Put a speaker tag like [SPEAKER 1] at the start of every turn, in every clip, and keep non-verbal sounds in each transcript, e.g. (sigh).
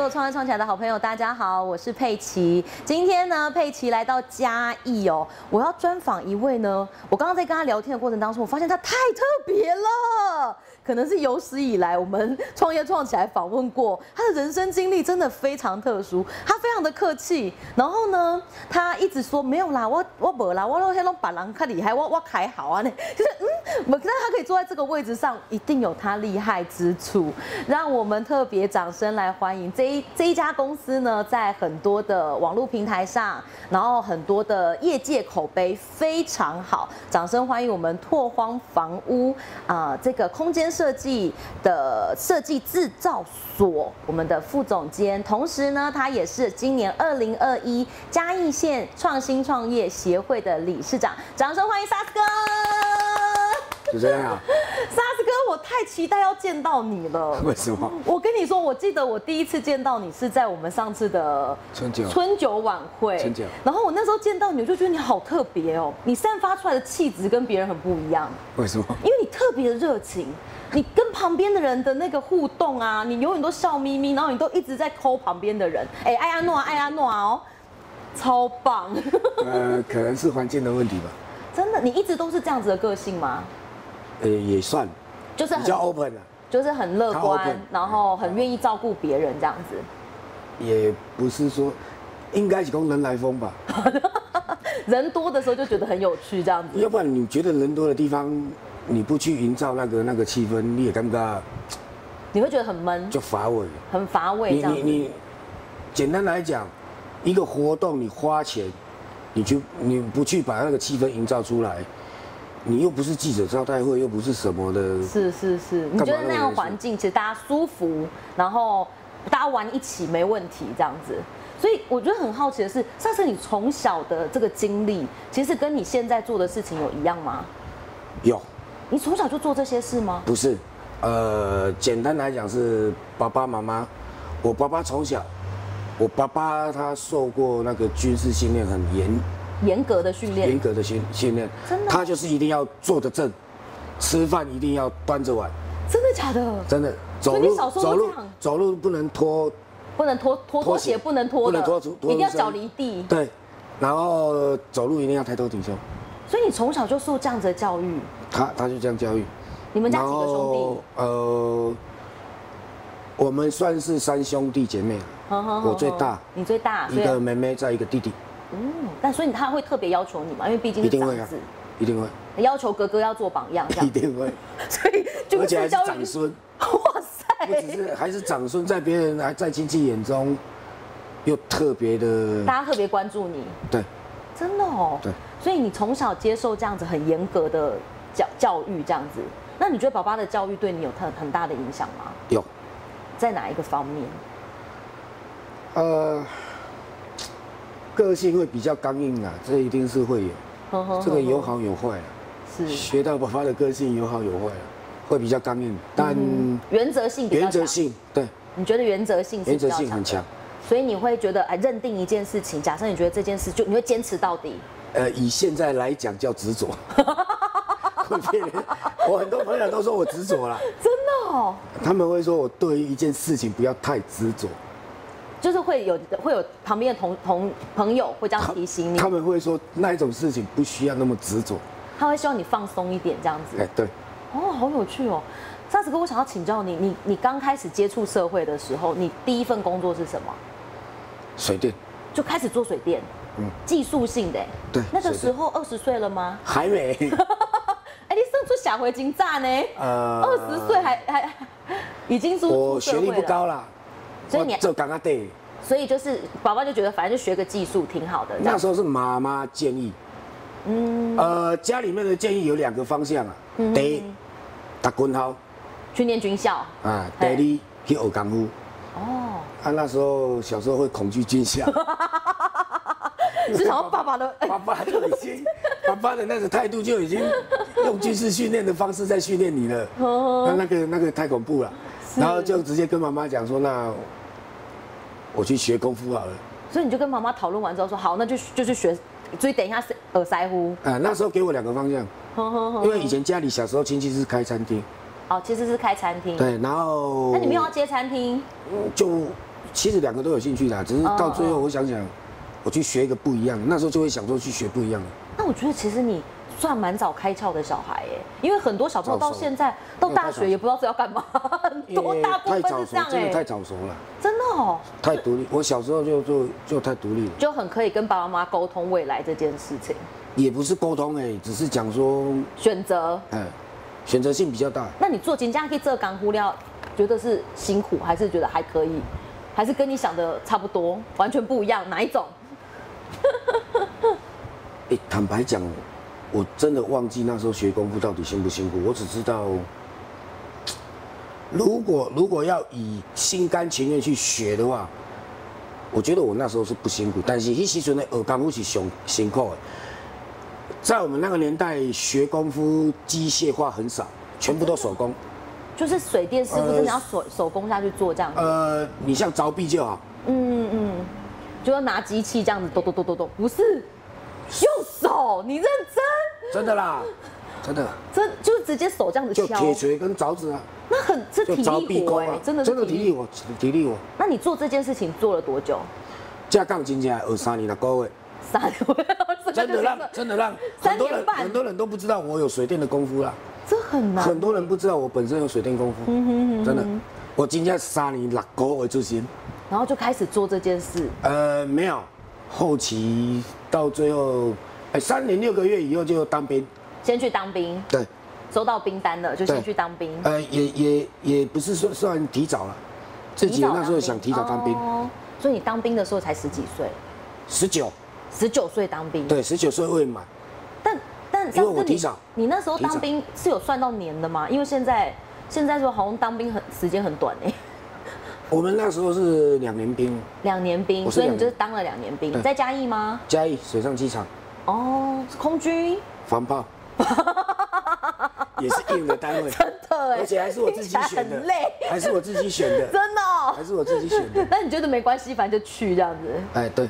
[SPEAKER 1] 创业创起来的好朋友，大家好，我是佩奇。今天呢，佩奇来到嘉义哦，我要专访一位呢。我刚刚在跟他聊天的过程当中，我发现他太特别了，可能是有史以来我们创业创起来访问过他的人生经历，真的非常特殊。他非常的客气，然后呢，他一直说没有啦，我我没啦，我那种把狼看厉害，我我还好啊，那就是嗯， (laughs) 我但他可以坐在这个位置上，一定有他厉害之处。让我们特别掌声来欢迎这一这一家公司呢，在很多的网络平台上，然后很多的业界口碑非常好。掌声欢迎我们拓荒房屋啊、这个空间设计的设计制造所，我们的副总监，同时呢，他也是今年二零二一嘉义县创新创业协会的理事长。掌声欢迎 SARS 哥。
[SPEAKER 2] 主持人好，
[SPEAKER 1] 沙子哥，我太期待要见到你了。
[SPEAKER 2] (laughs) 为什么？
[SPEAKER 1] 我跟你说，我记得我第一次见到你是在我们上次的
[SPEAKER 2] 春酒
[SPEAKER 1] 春酒晚会。
[SPEAKER 2] 春酒
[SPEAKER 1] 然后我那时候见到你，我就觉得你好特别哦，你散发出来的气质跟别人很不一样，
[SPEAKER 2] 为什么？
[SPEAKER 1] 因为你特别的热情，你跟旁边的人的那个互动啊，你永远都笑眯眯，然后你都一直在抠旁边的人。哎，艾阿诺啊，艾阿诺啊哦，超棒！
[SPEAKER 2] (laughs)
[SPEAKER 1] (laughs)
[SPEAKER 2] 呃，可能是环境的问题吧，
[SPEAKER 1] 真的，你一直都是这样子的个性吗？
[SPEAKER 2] 呃，也算
[SPEAKER 1] 就是
[SPEAKER 2] 比
[SPEAKER 1] 很
[SPEAKER 2] 较 open 啊了、
[SPEAKER 1] 就是很乐
[SPEAKER 2] 他
[SPEAKER 1] 观
[SPEAKER 2] open，
[SPEAKER 1] 然后很愿意照顾别人这样子。
[SPEAKER 2] 也不是说，应该是讲人来 (laughs) 疯吧，
[SPEAKER 1] 人多的时候就觉得很有趣这样子。
[SPEAKER 2] 要不然你觉得人多的地方，你不去营造那个那个气氛，你也尴尬，
[SPEAKER 1] 你会觉得很闷，
[SPEAKER 2] 就乏味了。
[SPEAKER 1] 很乏味这
[SPEAKER 2] 你
[SPEAKER 1] 样
[SPEAKER 2] 你
[SPEAKER 1] 子。
[SPEAKER 2] 你，简单来讲，一个活动你花钱，你去你不去把那个气氛营造出来，你又不是记者招待会，又不是什么的，
[SPEAKER 1] 是是是，你觉得那样环境其实大家舒服，然后大家玩一起没问题这样子。所以我觉得很好奇的是，上次你从小的这个经历，其实跟你现在做的事情有一样吗？
[SPEAKER 2] 有
[SPEAKER 1] 你从小就做这些事吗？
[SPEAKER 2] 不是，呃，简单来讲是爸爸妈妈。我爸爸从小，我爸爸他受过那个军事训练，很严
[SPEAKER 1] 严格的训练
[SPEAKER 2] 严，格的训训练
[SPEAKER 1] 真的，
[SPEAKER 2] 他就是一定要坐得正，吃饭一定要端着碗，
[SPEAKER 1] 真的假的？
[SPEAKER 2] 真的走
[SPEAKER 1] 所以你
[SPEAKER 2] 路
[SPEAKER 1] 小时候
[SPEAKER 2] 走
[SPEAKER 1] 都
[SPEAKER 2] 路
[SPEAKER 1] 这样
[SPEAKER 2] 走路不能拖，
[SPEAKER 1] 不能脱脱拖鞋，不能脱
[SPEAKER 2] 不
[SPEAKER 1] 的，
[SPEAKER 2] 能脱出，脱
[SPEAKER 1] 一定要
[SPEAKER 2] 出
[SPEAKER 1] 脚
[SPEAKER 2] 身
[SPEAKER 1] 离地。
[SPEAKER 2] 对，然后走路一定要抬头挺胸，
[SPEAKER 1] 所以你从小就受这样子的教育。
[SPEAKER 2] 他他就这样教育。
[SPEAKER 1] 你们家
[SPEAKER 2] 然
[SPEAKER 1] 几
[SPEAKER 2] 后
[SPEAKER 1] 个兄
[SPEAKER 2] 呃，我们算是三兄弟姐妹。
[SPEAKER 1] 弟？哼哼哼
[SPEAKER 2] 我最大，
[SPEAKER 1] 你最大，
[SPEAKER 2] 一
[SPEAKER 1] 所
[SPEAKER 2] 个
[SPEAKER 1] 以
[SPEAKER 2] 妹妹在一个弟弟，
[SPEAKER 1] 嗯，但所以他会特别要求你嘛，因为毕竟
[SPEAKER 2] 一
[SPEAKER 1] 是
[SPEAKER 2] 定
[SPEAKER 1] 长
[SPEAKER 2] 会啊
[SPEAKER 1] 子，，
[SPEAKER 2] 一定会，
[SPEAKER 1] 要求哥哥要做榜样这
[SPEAKER 2] 一
[SPEAKER 1] 样，
[SPEAKER 2] 定会，
[SPEAKER 1] 所以就
[SPEAKER 2] 而且还
[SPEAKER 1] 是
[SPEAKER 2] 是
[SPEAKER 1] 教育
[SPEAKER 2] 长孙，
[SPEAKER 1] (laughs) 哇
[SPEAKER 2] 不只
[SPEAKER 1] 塞，
[SPEAKER 2] 是
[SPEAKER 1] (laughs)
[SPEAKER 2] 还是长孙，在别人还在亲戚眼中，又特别的，
[SPEAKER 1] 大家特别关注你，
[SPEAKER 2] 对，
[SPEAKER 1] 真的哦。
[SPEAKER 2] 对，
[SPEAKER 1] 所以你从小接受这样子很严格的教教育，这样子，那你觉得爸爸的教育对你有很很大的影响吗？
[SPEAKER 2] 有，
[SPEAKER 1] 在哪一个方面？
[SPEAKER 2] 呃，个性会比较刚硬啊，这一定是会有，
[SPEAKER 1] 呵呵呵
[SPEAKER 2] 这个有好有坏啊，
[SPEAKER 1] 哦是
[SPEAKER 2] 学到爸爸的个性有好有坏啊，会比较刚硬，但
[SPEAKER 1] 原则性嗯比较
[SPEAKER 2] 原则
[SPEAKER 1] 强，
[SPEAKER 2] 性对，
[SPEAKER 1] 你觉得原则性是
[SPEAKER 2] 原
[SPEAKER 1] 比
[SPEAKER 2] 则
[SPEAKER 1] 较
[SPEAKER 2] 性
[SPEAKER 1] 强
[SPEAKER 2] 很
[SPEAKER 1] 的，
[SPEAKER 2] 强，
[SPEAKER 1] 所以你会觉得哎，认定一件事情，假设你觉得这件事就你会坚持到底，
[SPEAKER 2] 呃，以现在来讲叫
[SPEAKER 1] (laughs)
[SPEAKER 2] 执着。会变成我很多朋友都说我执着啦，
[SPEAKER 1] 真的哦。
[SPEAKER 2] 他们会说我对于一件事情不要太执着，
[SPEAKER 1] 啊就是会有会有旁边的同同朋友会这样提醒你
[SPEAKER 2] 他，们会说那一种事情不需要那么执着。
[SPEAKER 1] 他会希望你放松一点这样
[SPEAKER 2] 哎
[SPEAKER 1] 子。，
[SPEAKER 2] 对，
[SPEAKER 1] 哦，好有趣哦。沙子哥，我想要请教你，你你刚开始接触社会的时候，你第一份工作是什么？
[SPEAKER 2] 水电
[SPEAKER 1] 就开始做水电，
[SPEAKER 2] 嗯
[SPEAKER 1] 技术性的。
[SPEAKER 2] 对
[SPEAKER 1] 那个
[SPEAKER 2] 水电
[SPEAKER 1] 时候二十岁了吗？
[SPEAKER 2] 还没，
[SPEAKER 1] 哎，你生出小回金炸呢？
[SPEAKER 2] (laughs) 呃
[SPEAKER 1] 二十岁还还已经出
[SPEAKER 2] 我
[SPEAKER 1] 出社
[SPEAKER 2] 学
[SPEAKER 1] 会
[SPEAKER 2] 历不
[SPEAKER 1] 了
[SPEAKER 2] 高啦，
[SPEAKER 1] 所以你嗯
[SPEAKER 2] 我做刚刚对，
[SPEAKER 1] 所以就是宝宝就觉得反正就学个技术挺好的，这
[SPEAKER 2] 那
[SPEAKER 1] 样
[SPEAKER 2] 时候是妈妈建议，嗯，呃，家里面的建议有两个方向啊，
[SPEAKER 1] 嗯
[SPEAKER 2] 第一，打滚好
[SPEAKER 1] 去念军校。
[SPEAKER 2] 啊，第
[SPEAKER 1] 哎
[SPEAKER 2] 二去学功夫。
[SPEAKER 1] 哦，
[SPEAKER 2] 啊，那时候小时候会恐惧军校，
[SPEAKER 1] (laughs) 是想要爸爸
[SPEAKER 2] (laughs)
[SPEAKER 1] 的哎
[SPEAKER 2] 爸爸就已经，爸爸的那个态度就已经用军事训练的方式在训练你了。
[SPEAKER 1] 哦
[SPEAKER 2] 那那个那个太恐怖了，然后就直接跟妈妈讲说，那我去学功夫好了。
[SPEAKER 1] 所以你就跟妈妈讨论完之后说好，那就就去学，所以等一下是耳塞呼， (laughs)
[SPEAKER 2] 啊，那时候给我两个方向，
[SPEAKER 1] 哼哼哼
[SPEAKER 2] 因为以前家里小时候亲戚是开餐厅，
[SPEAKER 1] 哦，其实是开餐厅。
[SPEAKER 2] 对，然后
[SPEAKER 1] 那你们又要接餐厅，
[SPEAKER 2] 就其实两个都有兴趣啦，只是
[SPEAKER 1] 哦
[SPEAKER 2] 到最后我想想，我去学一个不一样的，那时候就会想说去学不一样的。
[SPEAKER 1] 那我觉得其实你算蛮早开窍的小孩耶，因为很多小朋友到现在到大学也不知道自己要干嘛， (laughs) 很多大部
[SPEAKER 2] 太
[SPEAKER 1] 分
[SPEAKER 2] 早
[SPEAKER 1] 是这
[SPEAKER 2] 熟
[SPEAKER 1] 样，
[SPEAKER 2] 真的太
[SPEAKER 1] 哎，
[SPEAKER 2] 早熟了，
[SPEAKER 1] 真的哦，
[SPEAKER 2] 太独立。我小时候就就就太独立了，
[SPEAKER 1] 就很可以跟爸爸妈妈沟通未来这件事情，
[SPEAKER 2] 也不是沟通哎、只是讲说，
[SPEAKER 1] 选择。
[SPEAKER 2] 哎，选择性比较大。
[SPEAKER 1] 那你做金家可以这港糊料，觉得是辛苦还是觉得还可以，还是跟你想的差不多，完全不一样，哪一种？
[SPEAKER 2] 哎，坦白讲，我真的忘记那时候学功夫到底辛不辛苦，我只知道。如果如果要以心甘情愿去学的话，我觉得我那时候是不辛苦，但是迄时阵的学功夫是上辛苦的。在我们那个年代，学功夫机械化很少，全部都手工。
[SPEAKER 1] 就是水电师傅
[SPEAKER 2] 呃
[SPEAKER 1] 真的要手手工下去做这样子，
[SPEAKER 2] 呃，你像凿壁就好，
[SPEAKER 1] 嗯嗯，就要拿机器这样子咚咚咚咚咚，不是用手，你认真，
[SPEAKER 2] 真的啦，真的
[SPEAKER 1] 真就是直接手这样子
[SPEAKER 2] 就
[SPEAKER 1] 敲，
[SPEAKER 2] 铁锤跟凿子啊，
[SPEAKER 1] 那很是
[SPEAKER 2] 就
[SPEAKER 1] 体
[SPEAKER 2] 凿壁
[SPEAKER 1] 力活
[SPEAKER 2] 功
[SPEAKER 1] 哎、
[SPEAKER 2] 啊，
[SPEAKER 1] 真的是
[SPEAKER 2] 真的体力。活，体力活。
[SPEAKER 1] 那你做这件事情做了多久？
[SPEAKER 2] 架杠真正学三年了，各位。
[SPEAKER 1] 三年，这个
[SPEAKER 2] 真
[SPEAKER 1] 就
[SPEAKER 2] 的
[SPEAKER 1] 是
[SPEAKER 2] 让真的让
[SPEAKER 1] 三
[SPEAKER 2] 很多
[SPEAKER 1] 年
[SPEAKER 2] 人
[SPEAKER 1] 半啊
[SPEAKER 2] 很多人都不知道我有水电的功夫啦，
[SPEAKER 1] 这很难，
[SPEAKER 2] 很多人不知道我本身有水电功夫，
[SPEAKER 1] 嗯
[SPEAKER 2] 真的。我今天三年六个月出行，
[SPEAKER 1] 然后就开始做这件事，
[SPEAKER 2] 呃，没有，后期到最后，哎，三年六个月以后就当兵，
[SPEAKER 1] 先去当兵，
[SPEAKER 2] 对，
[SPEAKER 1] 收到兵单了就先
[SPEAKER 2] 对
[SPEAKER 1] 去当兵。
[SPEAKER 2] 呃，也也也不是说算提早了，自己那时候想提早当兵，
[SPEAKER 1] 哦，所以你当兵的时候才十几岁，
[SPEAKER 2] 十九，
[SPEAKER 1] 十九岁当兵。，
[SPEAKER 2] 对，十九岁未满，
[SPEAKER 1] 但但
[SPEAKER 2] 因为
[SPEAKER 1] 上
[SPEAKER 2] 我
[SPEAKER 1] 次
[SPEAKER 2] 提
[SPEAKER 1] 你
[SPEAKER 2] 早
[SPEAKER 1] 你那时候
[SPEAKER 2] 提早
[SPEAKER 1] 当兵是有算到年的吗？因为现在现在说好像当兵很时间很短哎、
[SPEAKER 2] 我们那时候是两年兵，
[SPEAKER 1] 两年兵，
[SPEAKER 2] 我是
[SPEAKER 1] 所以你
[SPEAKER 2] 两年
[SPEAKER 1] 就是当了两年兵，
[SPEAKER 2] 对
[SPEAKER 1] 在嘉义吗？
[SPEAKER 2] 嘉义水上机场
[SPEAKER 1] 哦，空军，
[SPEAKER 2] 防炮，也是硬的单位。
[SPEAKER 1] 真的哎，
[SPEAKER 2] 而且还是我自己
[SPEAKER 1] 听起来
[SPEAKER 2] 选的
[SPEAKER 1] 很累，，
[SPEAKER 2] 还是我自己选的，
[SPEAKER 1] 真的哦、 (laughs)
[SPEAKER 2] 还是我自己选的。
[SPEAKER 1] 那你觉得没关系，反正就去这样子。
[SPEAKER 2] 哎，对，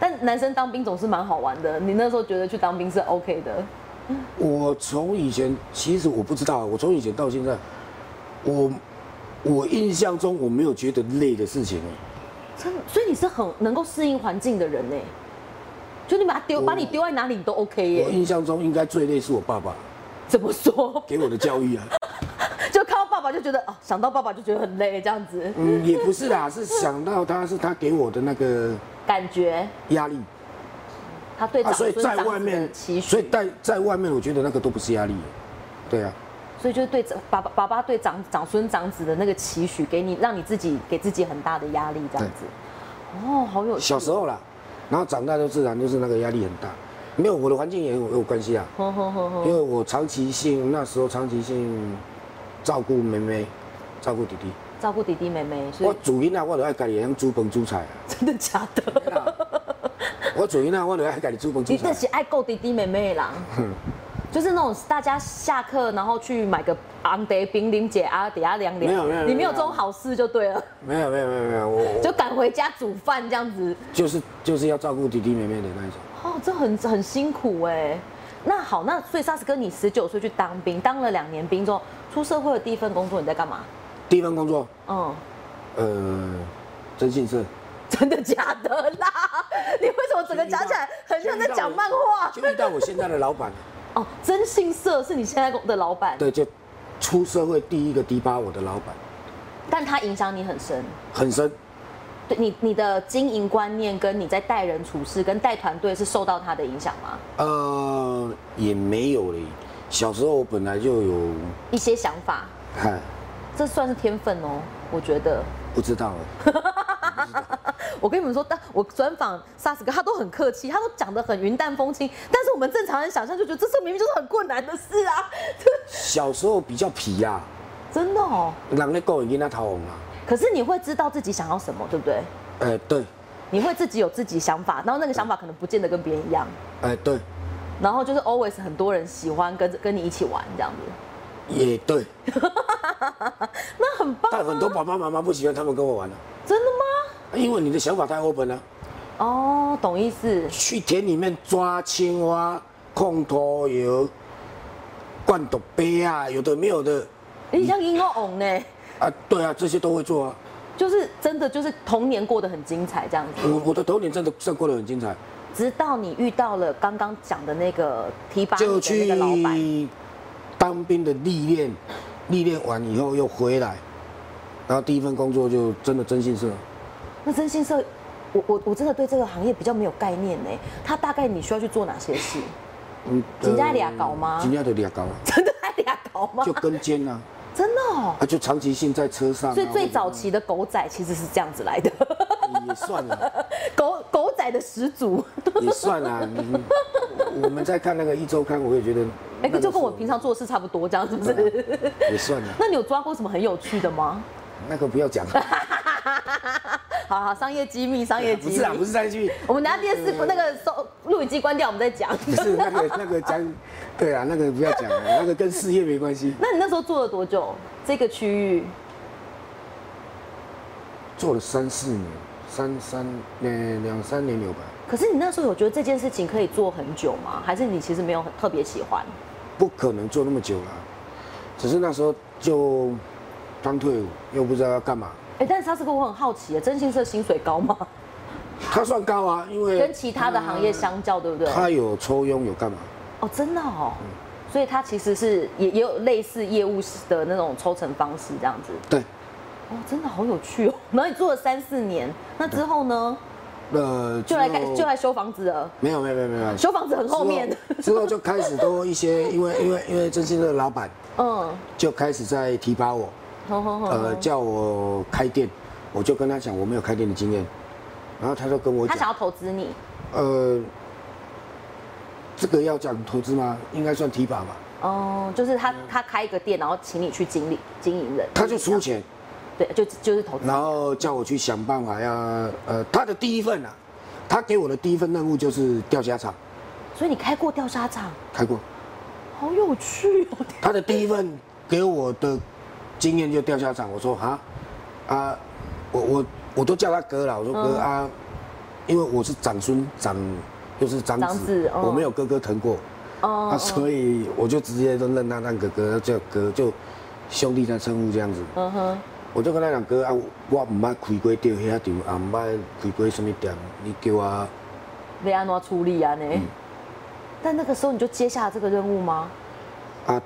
[SPEAKER 1] 但男生当兵总是蛮好玩的，你那时候觉得去当兵是 OK 的，
[SPEAKER 2] 我从以前其实我不知道，啊我从以前到现在，我我印象中我没有觉得累的事情。啊
[SPEAKER 1] 真的，所以你是很能够适应环境的人呢。就你把它丢，把你丢在哪里你都 OK
[SPEAKER 2] 我
[SPEAKER 1] 耶。
[SPEAKER 2] 印象中应该最累是我爸爸
[SPEAKER 1] 怎么说？ (laughs)
[SPEAKER 2] 给我的教育啊，
[SPEAKER 1] 就看到爸爸就觉得哦，想到爸爸就觉得很累，这样子
[SPEAKER 2] 嗯，也不是啦，是想到他是他给我的那个
[SPEAKER 1] 感觉
[SPEAKER 2] 压力
[SPEAKER 1] 他对
[SPEAKER 2] 啊，
[SPEAKER 1] 长
[SPEAKER 2] 所以
[SPEAKER 1] 孙
[SPEAKER 2] 在
[SPEAKER 1] 长
[SPEAKER 2] 外
[SPEAKER 1] 子的
[SPEAKER 2] 面，
[SPEAKER 1] 期
[SPEAKER 2] 所以
[SPEAKER 1] 许，
[SPEAKER 2] 在在外面，我觉得那个都不是压力，对啊，
[SPEAKER 1] 所以就是对长爸爸爸爸对长长孙长子的那个期许，给你让你自己给自己很大的压力，这样子。哦，好有趣
[SPEAKER 2] 小时候啦，然后长大就自然就是那个压力很大，没有我的环境也有有关系啊，
[SPEAKER 1] 吼吼吼吼
[SPEAKER 2] 因为我长期性那时候长期性照顾妹妹，照顾弟弟，
[SPEAKER 1] 照顾弟弟妹妹，所
[SPEAKER 2] 我
[SPEAKER 1] 以
[SPEAKER 2] 主因啊，我就爱家己养煮饭
[SPEAKER 1] (laughs)
[SPEAKER 2] 煮菜啊，
[SPEAKER 1] 真的假的？
[SPEAKER 2] (laughs) 真的啊我主因啊，我就爱家己煮饭煮
[SPEAKER 1] 你
[SPEAKER 2] 菜
[SPEAKER 1] 这
[SPEAKER 2] 啊，
[SPEAKER 1] 是爱够弟弟妹妹的
[SPEAKER 2] (laughs)
[SPEAKER 1] 人，就是那种大家下课然后去买个昂德冰林姐啊，底下凉凉。
[SPEAKER 2] 没有没有
[SPEAKER 1] 你没有这
[SPEAKER 2] 没有
[SPEAKER 1] 种好事就对了，
[SPEAKER 2] 没有没有没有没有，我
[SPEAKER 1] (laughs) 就
[SPEAKER 2] 我
[SPEAKER 1] 赶回家煮饭这样子。
[SPEAKER 2] 就是就是要照顾弟弟妹妹的那一种，
[SPEAKER 1] 哦，这很很辛苦哎。那好，那所以萨斯哥，你十九岁去当兵，当了两年兵之后，出社会的第一份工作你在干嘛？
[SPEAKER 2] 第一份工作，
[SPEAKER 1] 嗯， (laughs)
[SPEAKER 2] 呃，征信社，
[SPEAKER 1] 真的假的
[SPEAKER 2] (laughs)
[SPEAKER 1] 啦？你为什么整个讲起来很像在讲漫画？
[SPEAKER 2] 就遇到我现在的老板，
[SPEAKER 1] 哦，征信社是你现在的老板，
[SPEAKER 2] 对，就出社会第一个提拔我的老板，
[SPEAKER 1] 但他影响你很深。
[SPEAKER 2] 很深。
[SPEAKER 1] 对你你的经营观念跟你在待人处事跟带团队是受到他的影响吗？
[SPEAKER 2] 呃，也没有嘞。小时候我本来就有，
[SPEAKER 1] 一些想法，
[SPEAKER 2] 嗨，
[SPEAKER 1] 这算是天分哦，我觉得。
[SPEAKER 2] 不知道哎。
[SPEAKER 1] 我跟你们说，但我专访萨斯哥，他都很客气，他都讲得很云淡风轻，但是我们正常人想象就觉得这是明明就是很困难的事啊，
[SPEAKER 2] 小时候比较皮呀、
[SPEAKER 1] 真的哦。
[SPEAKER 2] 人咧讲已经那头红啊。
[SPEAKER 1] 可是你会知道自己想要什么，对不对？
[SPEAKER 2] 哎、对，
[SPEAKER 1] 你会自己有自己想法，然后那个想法可能不见得跟别人一样，
[SPEAKER 2] 哎、对，
[SPEAKER 1] 然后就是 always 很多人喜欢跟跟你一起玩这样子，
[SPEAKER 2] 也对，
[SPEAKER 1] (laughs) 那很棒，啊
[SPEAKER 2] 但很多爸爸妈妈不喜欢他们跟我玩了、啊
[SPEAKER 1] 真的吗？
[SPEAKER 2] 因为你的想法太 open 了、
[SPEAKER 1] 哦，懂意思。
[SPEAKER 2] 去田里面抓青蛙、控拖油、灌毒杯啊，有的没有的
[SPEAKER 1] 你像婴儿红呢？
[SPEAKER 2] 啊，对啊，这些都会做啊。
[SPEAKER 1] 就是真的就是童年过得很精彩这样子。
[SPEAKER 2] 我我的童年真的真的过得很精彩，
[SPEAKER 1] 直到你遇到了刚刚讲的那个提拔你
[SPEAKER 2] 就
[SPEAKER 1] 的那个老板，
[SPEAKER 2] 去当兵的历练，历练完以后又回来，然后第一份工作就真的征信社，
[SPEAKER 1] 那真心社，我我我真的对这个行业比较没有概念呢。他大概你需要去做哪些事？ (laughs)
[SPEAKER 2] 嗯，
[SPEAKER 1] 真的俩搞吗
[SPEAKER 2] 人家的俩搞啊，
[SPEAKER 1] 真的还俩搞吗
[SPEAKER 2] 就？跟监啊，
[SPEAKER 1] 真的哦。
[SPEAKER 2] 啊就长期性在车上啊、
[SPEAKER 1] 所以最早
[SPEAKER 2] 或者
[SPEAKER 1] 期的狗仔其实是这样子来的， (laughs)
[SPEAKER 2] 也算了，
[SPEAKER 1] 狗狗仔的始祖，
[SPEAKER 2] (laughs) 也算了。嗯我们在看那个一周刊，我也觉得，
[SPEAKER 1] 哎、就跟我平常做的事差不多，这样是不是？
[SPEAKER 2] 也算了，
[SPEAKER 1] (laughs) 那你有抓过什么很有趣的吗？ (laughs)
[SPEAKER 2] 那个不要讲，
[SPEAKER 1] 好好，商业机密，商业机
[SPEAKER 2] 不
[SPEAKER 1] 密。
[SPEAKER 2] 是啊，不是再去，
[SPEAKER 1] 我们拿电视那个收录影机关掉，我们再讲。
[SPEAKER 2] 不是那个那个讲，对啊，那个不要讲了，那个跟事业没关系。
[SPEAKER 1] 那你那时候做了多久？这个区域
[SPEAKER 2] 做了三四年，三三呃两三年有吧。
[SPEAKER 1] 可是你那时候有觉得这件事情可以做很久吗？还是你其实没有很特别喜欢？
[SPEAKER 2] 不可能做那么久了，只是那时候就刚退伍，又不知道要干嘛。
[SPEAKER 1] 哎、但是他这个我很好奇耶，啊征信社薪水高吗？
[SPEAKER 2] 他算高啊，因为
[SPEAKER 1] 跟其他的行业相较，对不对？
[SPEAKER 2] 嗯他有抽佣有干嘛？
[SPEAKER 1] 哦，真的哦。所以他其实是也也有类似业务的那种抽成方式这样子。
[SPEAKER 2] 对，
[SPEAKER 1] 哦，真的好有趣哦。 (laughs) 然后你做了三四年，那之后呢，
[SPEAKER 2] 那
[SPEAKER 1] 就来
[SPEAKER 2] 之
[SPEAKER 1] 盖
[SPEAKER 2] 后
[SPEAKER 1] 就来修房子了。
[SPEAKER 2] 没有没有没有没有
[SPEAKER 1] 修房子很后面，
[SPEAKER 2] 之后之后就开始多一些，因为因为因为真心的老板
[SPEAKER 1] 嗯，
[SPEAKER 2] 就开始在提拔我，
[SPEAKER 1] 好 (laughs) 好好。
[SPEAKER 2] 呃，叫我开店，我就跟他讲我没有开店的经验，然后他就跟我
[SPEAKER 1] 他
[SPEAKER 2] 讲
[SPEAKER 1] 想，要投资你，
[SPEAKER 2] 呃，这个要讲投资吗？应该算提拔吧。
[SPEAKER 1] 哦，就是他他开一个店，然后请你去经理经营人，
[SPEAKER 2] 嗯他就出钱，
[SPEAKER 1] 对，就就是投资。
[SPEAKER 2] 然后叫我去想办法要，呃，他的第一份啊，他给我的第一份任务就是钓虾场，
[SPEAKER 1] 所以你开过钓虾场，
[SPEAKER 2] 开过。
[SPEAKER 1] 好有趣
[SPEAKER 2] (laughs)
[SPEAKER 1] 哦。
[SPEAKER 2] 他的第一份给我的经验就钓虾场，我说哈，啊，我我我都叫他哥了，我
[SPEAKER 1] 嗯
[SPEAKER 2] 说哥、啊，因为我是长孙长，就是长子，
[SPEAKER 1] 长子哦
[SPEAKER 2] 我没有哥哥疼过，
[SPEAKER 1] 哦
[SPEAKER 2] 啊，所以我就直接都认他当哥哥，叫哥就兄弟在称呼这样子。
[SPEAKER 1] 嗯哼，
[SPEAKER 2] 我就跟他讲哥啊，我唔捌开过钓虾场，啊唔捌开过什么店，你叫我
[SPEAKER 1] 被安怎处理啊
[SPEAKER 2] 嗯
[SPEAKER 1] 呢？但那个时候你就接下了这个任务吗？
[SPEAKER 2] 啊，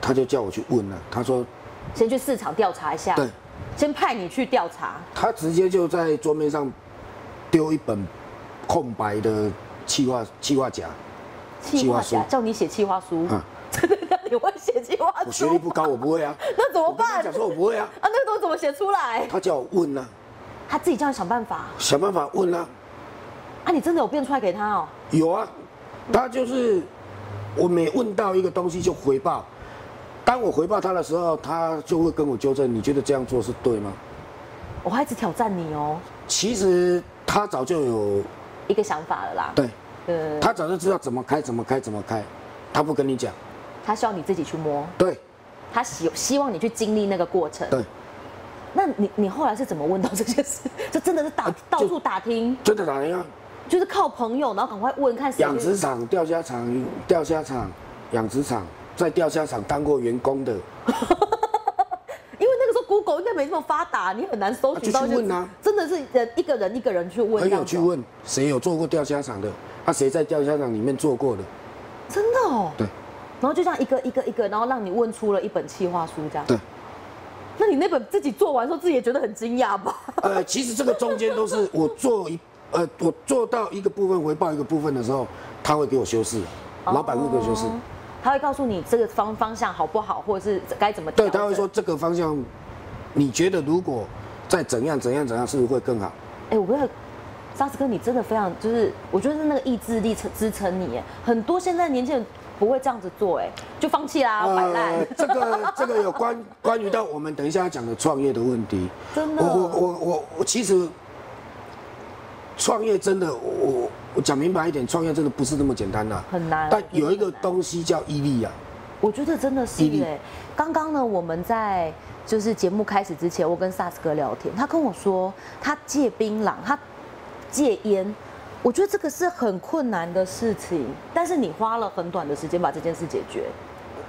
[SPEAKER 2] 他就叫我去问了、他说
[SPEAKER 1] 先去市场调查一下，
[SPEAKER 2] 对，
[SPEAKER 1] 先派你去调查，
[SPEAKER 2] 他直接就在桌面上丢一本空白的企划企划夹，
[SPEAKER 1] 企划
[SPEAKER 2] 计划
[SPEAKER 1] 夹
[SPEAKER 2] 书
[SPEAKER 1] 叫你写企划书
[SPEAKER 2] 啊，
[SPEAKER 1] 真的、你会写企划
[SPEAKER 2] 我学历
[SPEAKER 1] 书？
[SPEAKER 2] 不高，我不会啊。
[SPEAKER 1] 那怎么
[SPEAKER 2] 我跟他
[SPEAKER 1] 办？
[SPEAKER 2] 讲
[SPEAKER 1] 啊，
[SPEAKER 2] 说我不会啊，
[SPEAKER 1] 那个东西怎么写出来？
[SPEAKER 2] 他叫我问啊，
[SPEAKER 1] 他自己叫你想办法
[SPEAKER 2] 想办法问啊，
[SPEAKER 1] 啊！你真的有变出来给他哦？
[SPEAKER 2] 有啊，他就是我每问到一个东西就回报。当我回报他的时候，他就会跟我纠正，你觉得这样做是对吗？
[SPEAKER 1] 我还一直挑战你哦，
[SPEAKER 2] 其实他早就有，
[SPEAKER 1] 一个想法了啦。
[SPEAKER 2] 对
[SPEAKER 1] 对对，对
[SPEAKER 2] 他早就知道怎么开，怎么开，怎么开，他不跟你讲，
[SPEAKER 1] 他需要你自己去摸，
[SPEAKER 2] 对
[SPEAKER 1] 他希希望你去经历那个过程。
[SPEAKER 2] 对，
[SPEAKER 1] 那你你后来是怎么问到这件事？ (laughs) 就真的是
[SPEAKER 2] 呃
[SPEAKER 1] 打到处打听，
[SPEAKER 2] 真的打电话。
[SPEAKER 1] 就是靠朋友，然后赶快问看谁
[SPEAKER 2] 养殖场、钓虾场、钓虾场、养殖场，在钓虾场当过员工的，
[SPEAKER 1] 因为那个时候 Google 应该没这么发达，你很难搜寻到
[SPEAKER 2] 啊
[SPEAKER 1] 一
[SPEAKER 2] 就
[SPEAKER 1] 些。
[SPEAKER 2] 去问啊
[SPEAKER 1] 真的是呃人一个人一个人去问，
[SPEAKER 2] 朋
[SPEAKER 1] 这
[SPEAKER 2] 友
[SPEAKER 1] 样子
[SPEAKER 2] 去
[SPEAKER 1] 哦，
[SPEAKER 2] 问谁有做过钓虾场的，啊，谁在钓虾场里面做过的，
[SPEAKER 1] 真的哦。
[SPEAKER 2] 对
[SPEAKER 1] 然后就这样一个一个一个，然后让你问出了一本企划书这样。
[SPEAKER 2] 对，
[SPEAKER 1] 那你那本自己做完的时候，自己也觉得很惊讶吧？
[SPEAKER 2] 呃，其实这个中间都是我做一，呃，我做到一个部分回报一个部分的时候，他会给我修饰，老板会给我修饰，
[SPEAKER 1] 哦他会告诉你这个方方向好不好，或者是该怎么调
[SPEAKER 2] 对，
[SPEAKER 1] 整。
[SPEAKER 2] 他会说这个方向，你觉得如果再怎样怎样怎样，是不是会更好？
[SPEAKER 1] 哎、我跟你沙子哥，你真的非常就是，我觉得是那个意志力撑支撑你耶。很多现在年轻人不会这样子做，哎，就放弃啦，摆烂。
[SPEAKER 2] 呃这个这个有关关于到我们等一下要讲的创业的问题。
[SPEAKER 1] 真的
[SPEAKER 2] 我我我我我其实创业真的，我我我讲明白一点，创业真的不是那么简单呐、
[SPEAKER 1] 很难
[SPEAKER 2] 但有一个
[SPEAKER 1] 真的很难
[SPEAKER 2] 东西叫毅力啊，
[SPEAKER 1] (laughs) 我觉得真的是
[SPEAKER 2] 毅力
[SPEAKER 1] 哎。刚刚呢，我们在就是节目开始之前，我跟 SARS 哥聊天，他跟我说他戒槟榔，他戒烟。我觉得这个是很困难的事情，但是你花了很短的时间把这件事解决。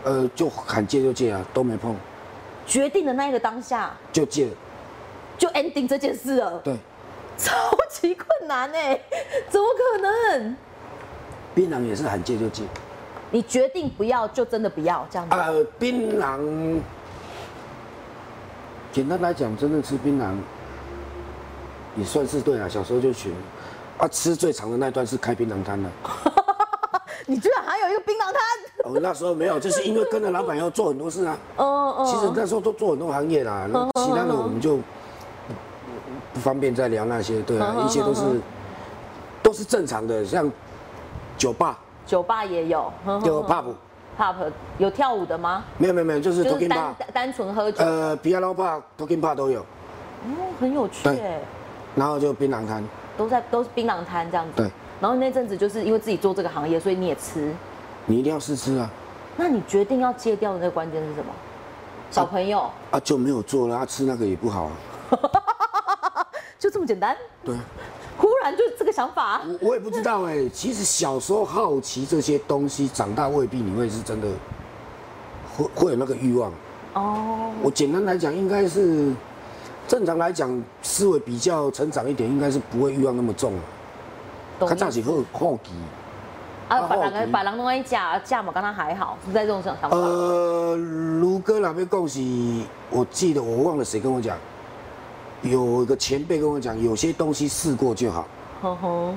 [SPEAKER 2] 呃，就喊戒就戒啊，都没碰，
[SPEAKER 1] 决定的那一个当下，
[SPEAKER 2] 就戒了。
[SPEAKER 1] 就 ending 这件事了，
[SPEAKER 2] 对，
[SPEAKER 1] 超级困难哎，怎么可能？
[SPEAKER 2] 槟榔也是喊戒就戒
[SPEAKER 1] 你决定不要就真的不要这样子，
[SPEAKER 2] 啊，槟榔，简单来讲，真的吃槟榔也算是对啊，小时候就学，啊，吃最长的那段是开槟榔摊的。
[SPEAKER 1] (laughs) 你居然还有一个槟榔摊，
[SPEAKER 2] 我哦那时候没有，就是因为跟着老板要做很多事啊。
[SPEAKER 1] 哦
[SPEAKER 2] 其实那时候都做很多行业啦，那其他的我们就不不方便再聊那些，对啊，一些都是都是正常的，像酒吧、
[SPEAKER 1] 酒吧也有，呵呵
[SPEAKER 2] 有 pub，
[SPEAKER 1] pub 有跳舞的吗？
[SPEAKER 2] 没有没有没有，就是
[SPEAKER 1] 就是
[SPEAKER 2] talking bar，
[SPEAKER 1] 单单单纯喝酒，
[SPEAKER 2] 呃，piano bar、talking bar 都有，
[SPEAKER 1] 哦，很有趣
[SPEAKER 2] 对
[SPEAKER 1] 哎，
[SPEAKER 2] 然后就槟榔摊，
[SPEAKER 1] 都在都是槟榔摊这样子。
[SPEAKER 2] 对。
[SPEAKER 1] 然后那阵子就是因为自己做这个行业，所以你也吃。
[SPEAKER 2] 你一定要试吃啊，
[SPEAKER 1] 那你决定要戒掉的那个关键是什么？小朋友，
[SPEAKER 2] 啊就没有做了，啊吃那个也不好啊，
[SPEAKER 1] 就这么简单？
[SPEAKER 2] 对啊，
[SPEAKER 1] 忽然就这个想法，
[SPEAKER 2] 我我也不知道哎，其实小时候好奇这些东西，长大未必你会是真的会会有那个欲望。
[SPEAKER 1] 哦，
[SPEAKER 2] 我简单来讲，应该是正常来讲，思维比较成长一点，应该是不会欲望那么重了。
[SPEAKER 1] 懂
[SPEAKER 2] 他早起后后期，
[SPEAKER 1] 啊，把
[SPEAKER 2] 好
[SPEAKER 1] 两个
[SPEAKER 2] 奇
[SPEAKER 1] 把狼弄在架架嘛，跟他还好，是在这种想想法。
[SPEAKER 2] 呃，卢哥那边恭喜，我记得我忘了谁跟我讲，有一个前辈跟我讲，有些东西试过就好。
[SPEAKER 1] 哼哼。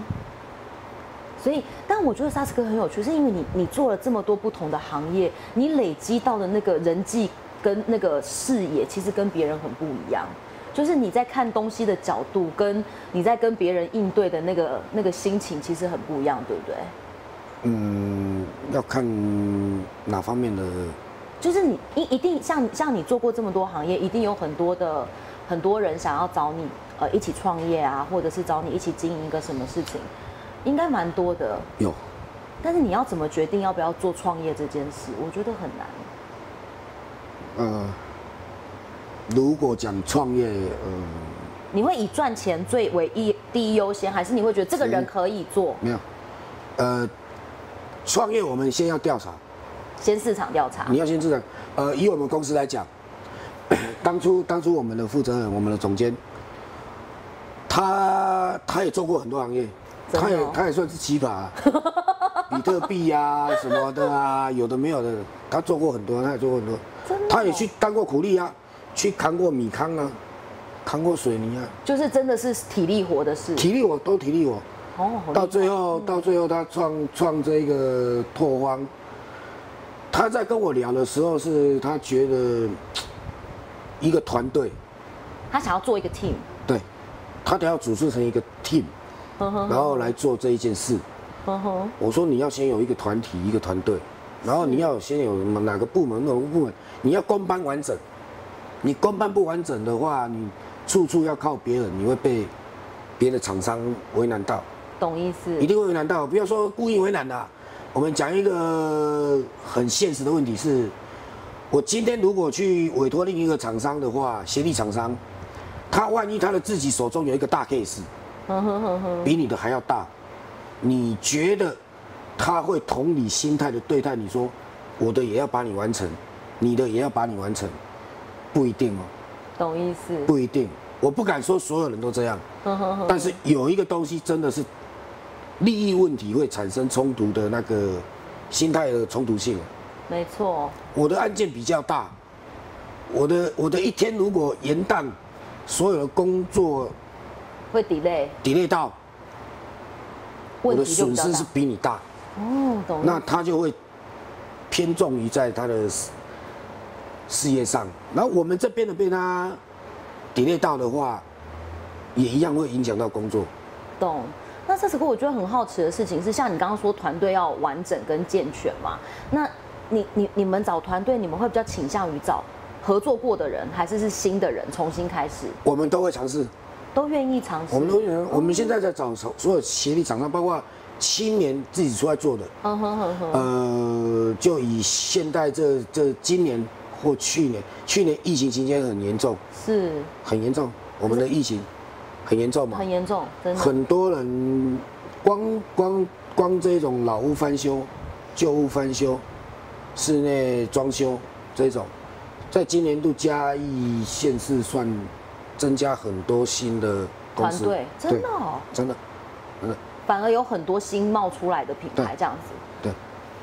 [SPEAKER 1] 所以，但我觉得沙斯哥很有趣，是因为你你做了这么多不同的行业，你累积到的那个人际跟那个视野，其实跟别人很不一样。就是你在看东西的角度，跟你在跟别人应对的那个那个心情，其实很不一样，对不对？
[SPEAKER 2] 嗯，要看哪方面的，
[SPEAKER 1] 就是你一一定像像你做过这么多行业，一定有很多的很多人想要找你呃一起创业啊，或者是找你一起经营一个什么事情，应该蛮多的。
[SPEAKER 2] 有
[SPEAKER 1] 但是你要怎么决定要不要做创业这件事？我觉得很难。
[SPEAKER 2] 呃，如果讲创业，呃，
[SPEAKER 1] 你会以赚钱最为一第一优先，还是你会觉得这个人可以做？
[SPEAKER 2] 没有，呃，创业我们先要调查。
[SPEAKER 1] 先市场调查。
[SPEAKER 2] 你要先知道，呃，以我们公司来讲，当初当初我们的负责人，我们的总监，他他也做过很多行业，
[SPEAKER 1] 真的
[SPEAKER 2] 他也
[SPEAKER 1] 哦
[SPEAKER 2] 他也算是奇葩、啊
[SPEAKER 1] (laughs)
[SPEAKER 2] 比特币呀、啊、什么的啊，有的没有的，他做过很多，他也做过很多
[SPEAKER 1] 真的哦，
[SPEAKER 2] 他也去当过苦力啊，去扛过米糠啊，扛过水泥啊，
[SPEAKER 1] 就是真的是体力活的事。
[SPEAKER 2] 体力我都体力我，
[SPEAKER 1] 哦，好厉害
[SPEAKER 2] 到最后，到最后他创创这个拓荒，他在跟我聊的时候，是他觉得一个团队，
[SPEAKER 1] 他想要做一个 team。
[SPEAKER 2] 对，他得要组织成一个 team，
[SPEAKER 1] 呵呵
[SPEAKER 2] 然后来做这一件事。
[SPEAKER 1] 呵呵，
[SPEAKER 2] 我说你要先有一个团体，一个团队，然后你要先有什么哪个部门，哪个部门，你要公办完整。你公办不完整的话，你处处要靠别人，你会被别的厂商为难到。
[SPEAKER 1] 懂意思
[SPEAKER 2] 一。定会为难到。不要说故意为难的啊、我们讲一个很现实的问题是，我今天如果去委托另一个厂商的话，协力厂商，他万一他的自己手中有一个大 case，
[SPEAKER 1] 呵呵呵呵，
[SPEAKER 2] 比你的还要大，你觉得他会同理心态的对待你说，我的也要把你完成，你的也要把你完成，不一定哦，
[SPEAKER 1] 懂意思。
[SPEAKER 2] 不一定，我不敢说所有人都这样。
[SPEAKER 1] 呵呵呵，
[SPEAKER 2] 但是有一个东西真的是利益问题会产生冲突的那个心态的冲突性。啊
[SPEAKER 1] 没错。
[SPEAKER 2] 我的案件比较大，我的我的一天如果延宕，所有的工作
[SPEAKER 1] 会 delay，
[SPEAKER 2] delay 到，我
[SPEAKER 1] 问
[SPEAKER 2] 的
[SPEAKER 1] 题就比
[SPEAKER 2] 损
[SPEAKER 1] 较
[SPEAKER 2] 失
[SPEAKER 1] 大
[SPEAKER 2] 是。比你大，
[SPEAKER 1] 哦，懂
[SPEAKER 2] 那
[SPEAKER 1] 了。
[SPEAKER 2] 他就会偏重于在他的事事业上。然后我们这边的被他 delay 到的话，也一样会影响到工作。
[SPEAKER 1] 懂。那这次我觉得很好奇的事情是，像你刚刚说团队要完整跟健全嘛，那你你你们找团队，你们会比较倾向于找合作过的人，还是是新的人重新开始，
[SPEAKER 2] 我们都会尝试，
[SPEAKER 1] 都愿意尝试？
[SPEAKER 2] 我们都有，我们现在在找所所有协力厂商，包括青年自己出来做的，
[SPEAKER 1] 嗯哼哼哼，
[SPEAKER 2] 呃，就以现在这这今年或去年，去年疫情期间很严重，
[SPEAKER 1] 是
[SPEAKER 2] 很严重，我们的疫情很严重嘛
[SPEAKER 1] 很，严重，真的。
[SPEAKER 2] 很多人光光光这种老屋翻修、旧屋翻修、室内装修这种，在今年度嘉义县市算增加很多新的公
[SPEAKER 1] 团
[SPEAKER 2] 司
[SPEAKER 1] 队，真的、哦，
[SPEAKER 2] 对真的，真的，
[SPEAKER 1] 反而有很多新冒出来的品牌
[SPEAKER 2] 对
[SPEAKER 1] 这样子。
[SPEAKER 2] 对。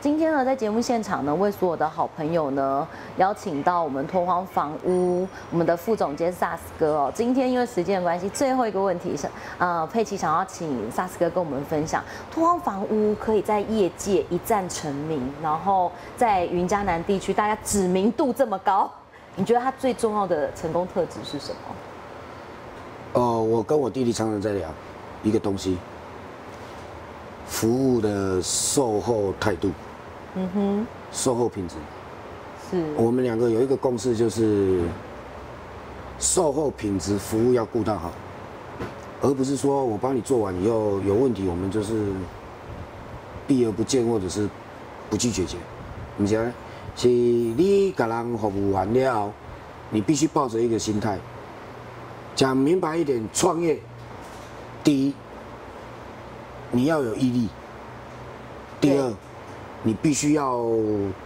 [SPEAKER 1] 今天呢，在节目现场呢，为所有的好朋友呢，邀请到我们拓荒房屋我们的副总监 SAS 哥哦。今天因为时间的关系，最后一个问题是，呃，佩奇想要请 SAS 哥跟我们分享，拓荒房屋可以在业界一战成名，然后在云嘉南地区大家知名度这么高，你觉得它最重要的成功特质是什么？
[SPEAKER 2] 哦，我跟我弟弟常常在聊一个东西，服务的售后态度，
[SPEAKER 1] 嗯哼，
[SPEAKER 2] 售后品质。
[SPEAKER 1] 是
[SPEAKER 2] 我们两个有一个共识，就是售后品质服务要顾到好，而不是说我帮你做完以后有问题，我们就是避而不见或者是不去解决。你讲是你给人服务完了，你必须抱着一个心态，讲明白一点，创业第一你要有毅力，第二
[SPEAKER 1] 对
[SPEAKER 2] 你必须要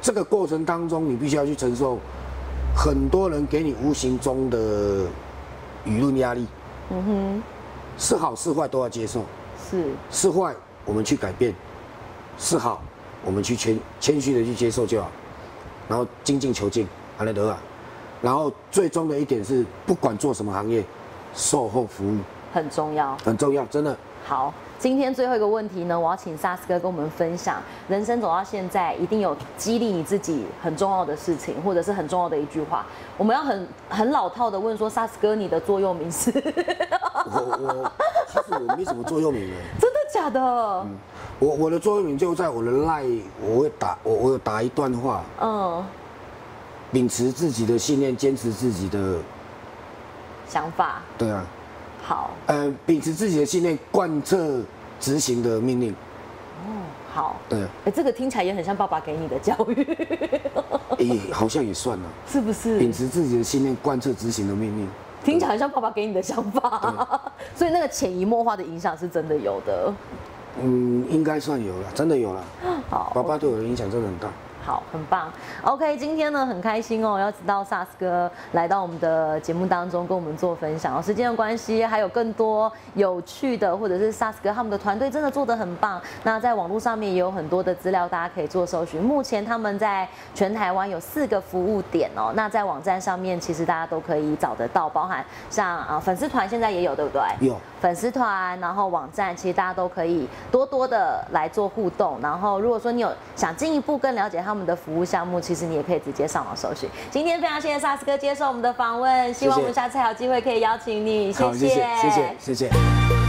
[SPEAKER 2] 这个过程当中，你必须要去承受很多人给你无形中的舆论压力，
[SPEAKER 1] 嗯哼，
[SPEAKER 2] 是好是坏都要接受，
[SPEAKER 1] 是
[SPEAKER 2] 是坏我们去改变，是好我们去谦谦虚的去接受就好，然后精进求进，安得得啊。然后最终的一点是，不管做什么行业，售后服务
[SPEAKER 1] 很重要。
[SPEAKER 2] 很重要，真的。
[SPEAKER 1] 好，今天最后一个问题呢，我要请 SAS 哥跟我们分享，人生走到现在，一定有激励你自己很重要的事情，或者是很重要的一句话。我们要很很老套的问说，SAS 哥你的座右铭是真的
[SPEAKER 2] 我我其实我没什么座右铭的。
[SPEAKER 1] 假的？
[SPEAKER 2] 我我的座右铭就在我的赖，我会打我我有打一段话，
[SPEAKER 1] 嗯，
[SPEAKER 2] 秉持自己的信念，坚持自己的，
[SPEAKER 1] 想法
[SPEAKER 2] 对啊，
[SPEAKER 1] 好，
[SPEAKER 2] 呃，秉持自己的信念，贯彻执行的命令，
[SPEAKER 1] 好。
[SPEAKER 2] 对、啊，
[SPEAKER 1] 哎，这个听起来也很像爸爸给你的教育，
[SPEAKER 2] 也、好像也算了，
[SPEAKER 1] 是不是？
[SPEAKER 2] 秉持自己的信念，贯彻执行的命令，
[SPEAKER 1] 听起来很像爸爸给你的想法， (laughs) 所以那个潜移默化的影响是真的有的。
[SPEAKER 2] 嗯，应该算有了，真的有了，
[SPEAKER 1] 好，
[SPEAKER 2] 爸爸对我的影响真的很大。
[SPEAKER 1] 好，很棒。OK，今天呢很开心哦，要知道 SAS 哥来到我们的节目当中跟我们做分享哦。时间的关系，还有更多有趣的，或者是 SAS 哥他们的团队真的做得很棒。那在网络上面也有很多的资料，大家可以做搜寻。目前他们在全台湾有四个服务点哦，那在网站上面其实大家都可以找得到，包含像啊粉丝团现在也有，对不对？
[SPEAKER 2] 有
[SPEAKER 1] 粉丝团，然后网站，其实大家都可以多多的来做互动。然后，如果说你有想进一步更了解他们的服务项目，其实你也可以直接上网搜寻。今天非常谢谢 SAS 哥接受我们的访问，希望
[SPEAKER 2] 谢谢
[SPEAKER 1] 我们下次还有机会可以邀请你，
[SPEAKER 2] 好，谢谢，谢谢，谢谢。